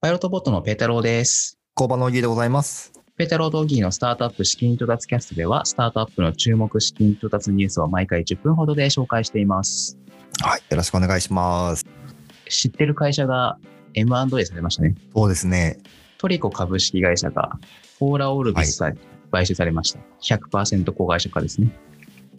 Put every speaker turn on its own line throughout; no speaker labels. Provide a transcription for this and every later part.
パイロットボットのペータローです。
工場のぎでございます。
ペータローとギーのスタートアップ資金調達キャストでは、スタートアップの注目資金調達ニュースを毎回10分ほどで紹介しています。
はい、よろしくお願いします。
知ってる会社が M&A されましたね。
そうですね。
トリコ株式会社がフォーラオルビスさ、買収されました。100%子会社化ですね。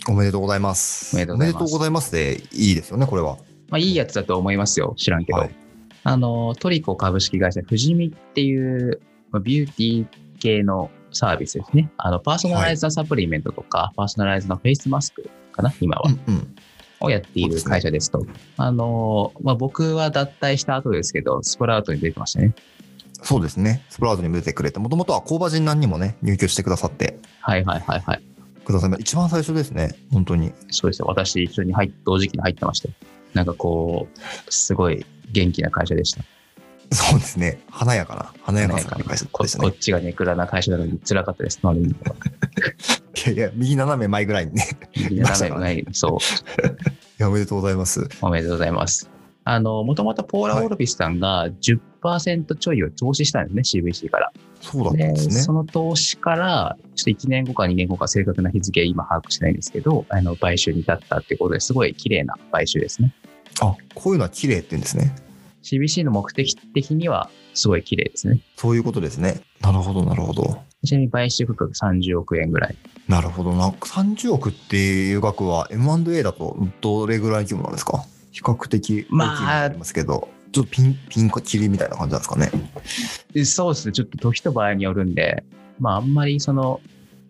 おめでとうございます。
おめでとうございます
おめでとうございますで、いいですよね、これは。
まあいいやつだと思いますよ。知らんけど。
はい。
あの、トリコ株式会社、富士見っていう、まあビューティー系のサービスですね。あの、パーソナライズなサプリメントとか、パーソナライズなフェイスマスクかな、今は。
うんうん。
をやっている会社ですと。あの、まあ、僕は脱退した後ですけど、スプラウトに出てましたね。
そうですね。スプラウトにも出てくれて、もともとは工場人なんにもね、入居してくださって
はいはいはいはい。
くださいま一番最初ですね、本当に。
そうですよ。私、一緒に入っ同時期に入ってましたよなんかこう、すごい元気な会社でした。
そうですね。華やかな、華やか
なん
な
か
会社
こ
でした
こ
ね
っ。ちがネクラな会社なのに辛かったです。乗るのが
いやいや、右斜め前ぐらいにね。いま
斜
したか
め
ら
前にそう、
いや、おめでとうございます。
おめでとうございます。あの、もともとポーラ・オルビスさんが10%ちょいを投資したんですね、CVC から。
そうだったん
で
ですね。
その投資から、ちょっと1年後か2年後か正確な日付今把握してないんですけど、あの、買収に至ったってことですごい綺麗な買収ですね。
あ、こういうのは綺麗って言うんですね。
CBC の目的的にはすごい綺麗ですね。
そういうことですね。なるほど、なるほど。
ちなみに買収価格30億円ぐらい。
なるほどな。30億っていう額は M&A だとどれぐらいの規模なんですか比較的大きいものになりますけど、ちょっとピン、ピン切りみたいな感じなんですかね。
でそうですね。ちょっと時と場合によるんで、まああんまりその、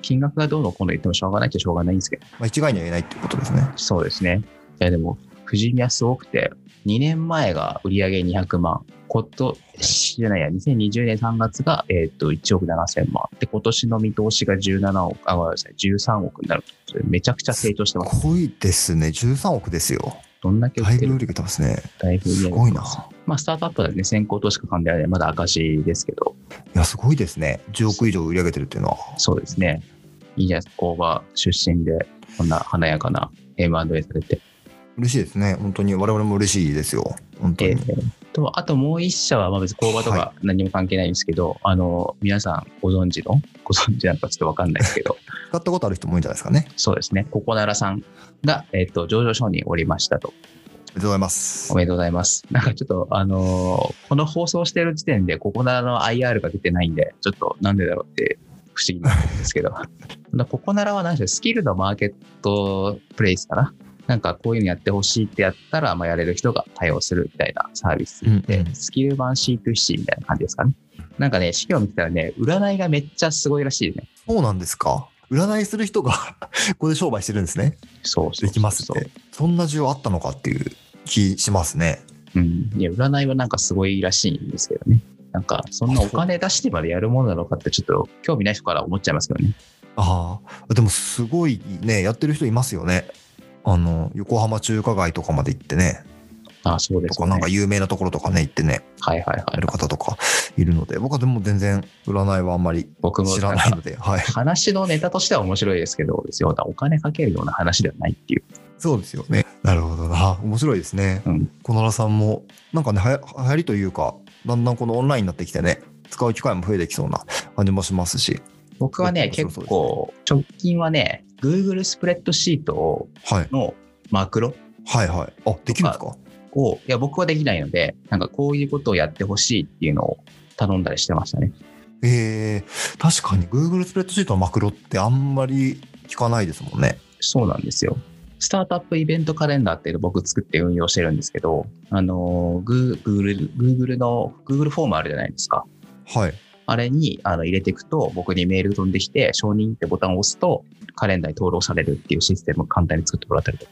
金額がどうのこうの言ってもしょうがないっちゃしょうがないんですけど、
まあ、一概には言えないっていうことですね。
そうですね。いやでも、富士見はすごくて、2年前が売上200万、今年じゃないや、2020年3月が、えーっと1億7000万。で、今年の見通しが17億、あ、ごめんなさい、13億になると。めちゃくちゃ成長してます。
濃いですね。13億ですよ。
どんだけ売
だ
っ
い
て
ぶ
る
売り切れてますね。
だいぶ売り上
す
げ
ごいな。
まあ、スタートアップだね、先行投資家間ではね、まだ赤字ですけど、
いや、すごいですね。10億以上売り上げてるっていうのは。
そうですね。いいじゃないですか、工場出身で、こんな華やかな M&A されて。
嬉しいですね。本当に。我々も嬉しいですよ。本当
え
に。
ーとあともう一社は、まあ、別に工場とか何も関係ないんですけど、あの皆さんご存知のご存知なんかちょっとわかんないです けど
使ったことある人も多いんじゃないですかね。
そうですねココナラさんが、えー、と上場承認おりましたと
ありがとうございます
お。めでとうございます なんかちょっとあのーこの放送してる時点でココナラの IR が出てないんでちょっとなんでだろうって不思議なんですけど なココナラは何でしょうスキルのマーケットプレイスかななんかこういうのやってほしいってやったら、まあ、やれる人が対応するみたいなサービス
うん
で、スキル版 C2C みたいな感じですかね。なんかね、資料見てたらね、占いがめっちゃすごいらしいね。
そうなんですか。占いする人が、 ここで商売してるんですね。
そうそうそうそう
できますって。そんな需要あったのかっていう気しますね。
うん。いや、占いはなんかすごいらしいんですけどね。なんか、そんなお金出してまでやるものなのかって、ちょっと興味ない人から思っちゃいますけどね。
ああ、でもすごいね、やってる人いますよね。あの、横浜中華街とかまで行ってね、
ああ、そうで
と
すよ
か
ね。
なんか有名なところとかね、行ってね、
はいはいは
や
い
る。方とかいるので、僕はでも全然占いはあんまり
僕も
知らないので、はい。
話のネタとしては面白いですけど、ですよ。お金かけるような話ではないっていう。
そうですよね。なるほどな。面白いですね。
うん
小奈良さんも、なんかね、はや流行りというか、だんだんこのオンラインになってきてね、使う機会も増えてきそうな感じもしますし、
僕はね、
そう
結
そうそう
構、直近はね、Google スプレッドシートを
はい。
のマクロ
はいはい。あ、できるんですか
を、いや、僕はできないので、なんかこういうことをやってほしいっていうのを頼んだりしてましたね。
えー、確かに Google スプレッドシートのマクロってあんまり聞かないですもんね。
そうなんですよ。スタートアップイベントカレンダーっていうのを僕作って運用してるんですけど、あの、グ Google、Google の、Google フォームあるじゃないですか。
はい。
あれにあの入れていくと、僕にメール飛んできて、承認ってボタンを押すと、カレンダーに登録されるっていうシステムを簡単に作ってもらったりとか、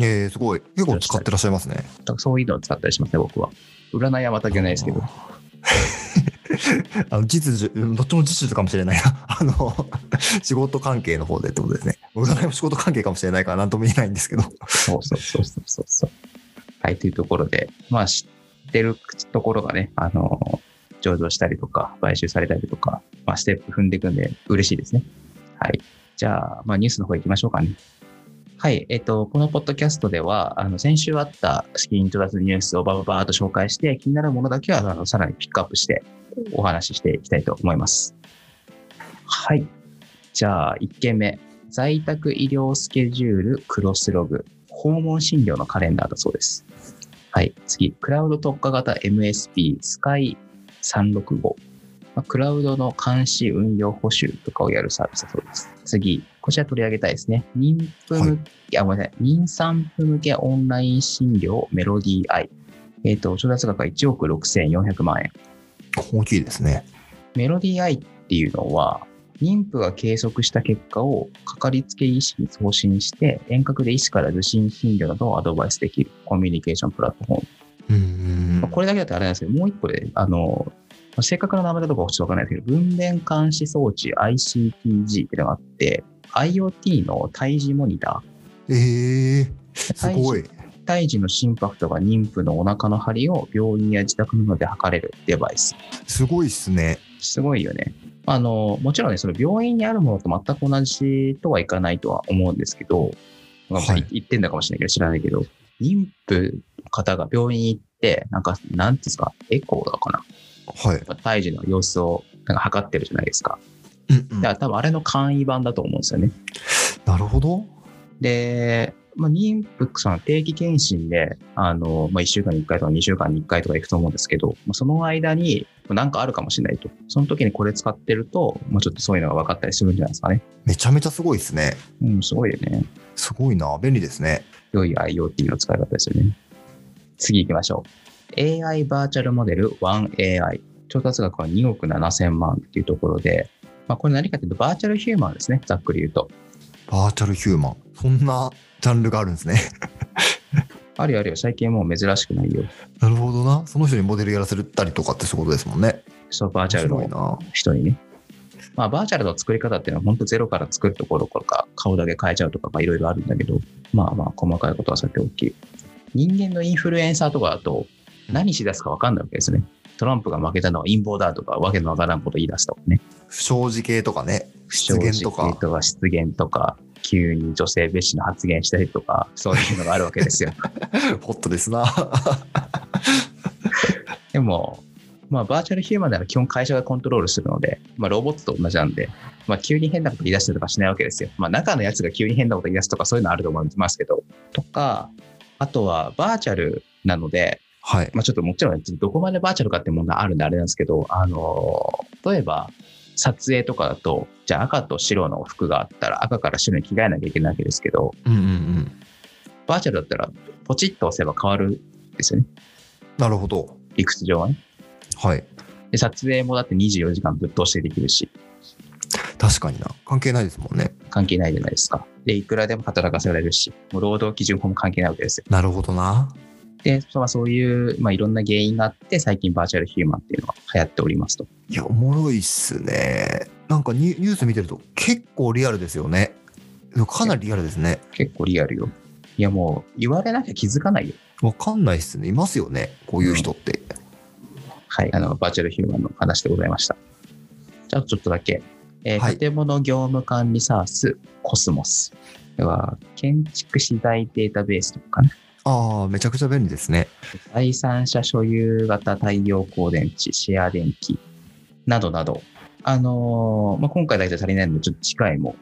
えー、すごい。結構使ってらっしゃいますね。
だからそういうのを使ったりしますね、僕は。占いは全くないですけど。
あの、実需、うんどっちも実需かもしれない な。あの、仕事関係の方でってことですね。僕のも仕事関係かもしれないから何とも言えないんですけど。
そうそうそうそうそうそう。はい、というところで、まあ知ってるところがね、あの、上場したりとか、買収されたりとか、まあステップ踏んでいくんで嬉しいですね。はい。じゃあ、まあニュースの方行きましょうかね。はい、えっと、このポッドキャストでは、あの、先週あったスキンイントラスニュースをバババーッと紹介して、気になるものだけは、あの、さらにピックアップして、お話ししていきたいと思います。はい。じゃあ、1件目。在宅医療スケジュールクロスログ。訪問診療のカレンダーだそうです。はい。次。クラウド特化型 MSP、スカイ365。まあクラウドの監視運用補修とかをやるサービスだそうです。次、こちら取り上げたいですね。妊婦
はい
向け、あ、ごめんなさい。妊産婦向けオンライン診療メロディーアイ。えっ、と、調達額が1億6400万円。
大きいですね。
メロディーアイっていうのは、妊婦が計測した結果をかかりつけ医師に送信して、遠隔で医師から受診診療などをアドバイスできるコミュニケーションプラットフォーム。
うん
まあこれだけだとあれなんですけど、もう一個で、あの、まあ正確な名前だとかはちょっとわかんないですけど、分娩監視装置 ICTG っていうのがあって、IoT の胎児モニタ
ええすごい。
ー、胎児の心拍とか妊婦のお腹の張りを病院や自宅などで測れるデバイス。
すごいっすね。
すごいよね。あの、もちろんね、その病院にあるものと全く同じとはいかないとは思うんですけど、まあ
はい
言ってんだかもしれないけど知らないけど、妊婦の方が病院行って、なんか、なんていうんですか、エコーだかな。
はい。
胎児の様子をなんか測ってるじゃないですか。
うんうん
だから多分あれの簡易版だと思うんですよね。
なるほど。
で、まあ、妊婦さんは定期検診で、あの、まあ、1週間に1回とか2週間に1回とか行くと思うんですけど、まあ、その間に何かあるかもしれないと。その時にこれ使ってると、まあ、ちょっとそういうのが分かったりするんじゃないですかね。
めちゃめちゃすごいっすね。
うん、すごいよね。
すごいな。便利ですね。
良い IoT の使い方ですよね。次行きましょう。AI バーチャルモデル 1AI。調達額は2億7000万っていうところで、まあ、これ何かというと、バーチャルヒューマンですね。ざっくり言うと。
バーチャルヒューマン。そんなジャンルがあるんですね。
あるよあるよ、最近もう珍しくないよ。
なるほどな。その人にモデルやらせたりとかってそういうことですもんね。
そのバーチャル
面白い
の
な。
人にね。まあ、バーチャルの作り方っていうのは、本当ゼロから作るところから顔だけ変えちゃうとか、まあいろいろあるんだけど、まあまあ、細かいことはさておき。人間のインフルエンサーとかだと、何しだすか分かんないわけですね。トランプが負けたのは陰謀だとか、わけのわからんこと言い出したとかね。
不祥事系とかね。失言と
正
か
直。とか失言とか、急に女性蔑視の発言したりとか、そういうのがあるわけですよ。
ホットです な。
でも、まあ、バーチャルヒューマンなら基本会社がコントロールするので、まあ、ロボットと同じなんで、まあ、急に変なこと言い出したりとかしないわけですよ。まあ、中のやつが急に変なこと言い出すとか、そういうのあると思いますけど、とか、あとはバーチャルなので、
はい。
まあ、ちょっともちろん、どこまでバーチャルかって問題あるんであれなんですけど、あのー例えば、撮影とかだと、じゃあ赤と白の服があったら、赤から白に着替えなきゃいけないわけですけど、
うんうんうん。
バーチャルだったら、ポチッと押せば変わるんですよね。
なるほど。
理屈上はね。
はい。
で、撮影もだって24時間ぶっ通してできるし、
確かにな。関係ないですもんね。
関係ないじゃないですか。で、いくらでも働かせられるし、もう労働基準法も関係ないわけですよ。
なるほどな。
で、まあ、そういう、まあ、いろんな原因があって、最近バーチャルヒューマンっていうのが流行っておりますと。
いや、おもろいっすね。なんかニュニュース見てると結構リアルですよね。かなりリアルですね。
結構リアルよ。いや、もう、言われなきゃ気づかないよ。
わかんないっすね。いますよね。こういう人って。
はい、あの、バーチャルヒューマンの話でございました。じゃあ、ちょっとだけ。えー
はい
建物業務管理サービス、コスモス。では、建築資材データベースとかかな。
ああ、めちゃくちゃ便利ですね。
第三者所有型太陽光電池、シェア電気などなど、あのーまあ、今回だけじゃ足りないので、ちょっと次回も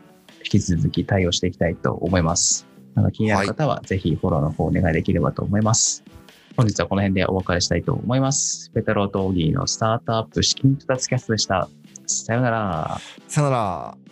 引き続き対応していきたいと思います。あの気になる方はぜひフォローの方お願いできればと思います。本日はこの辺でお別れしたいと思います。ペタローとオギーのスタートアップ資金調達キャストでした。さようなら。
さよなら。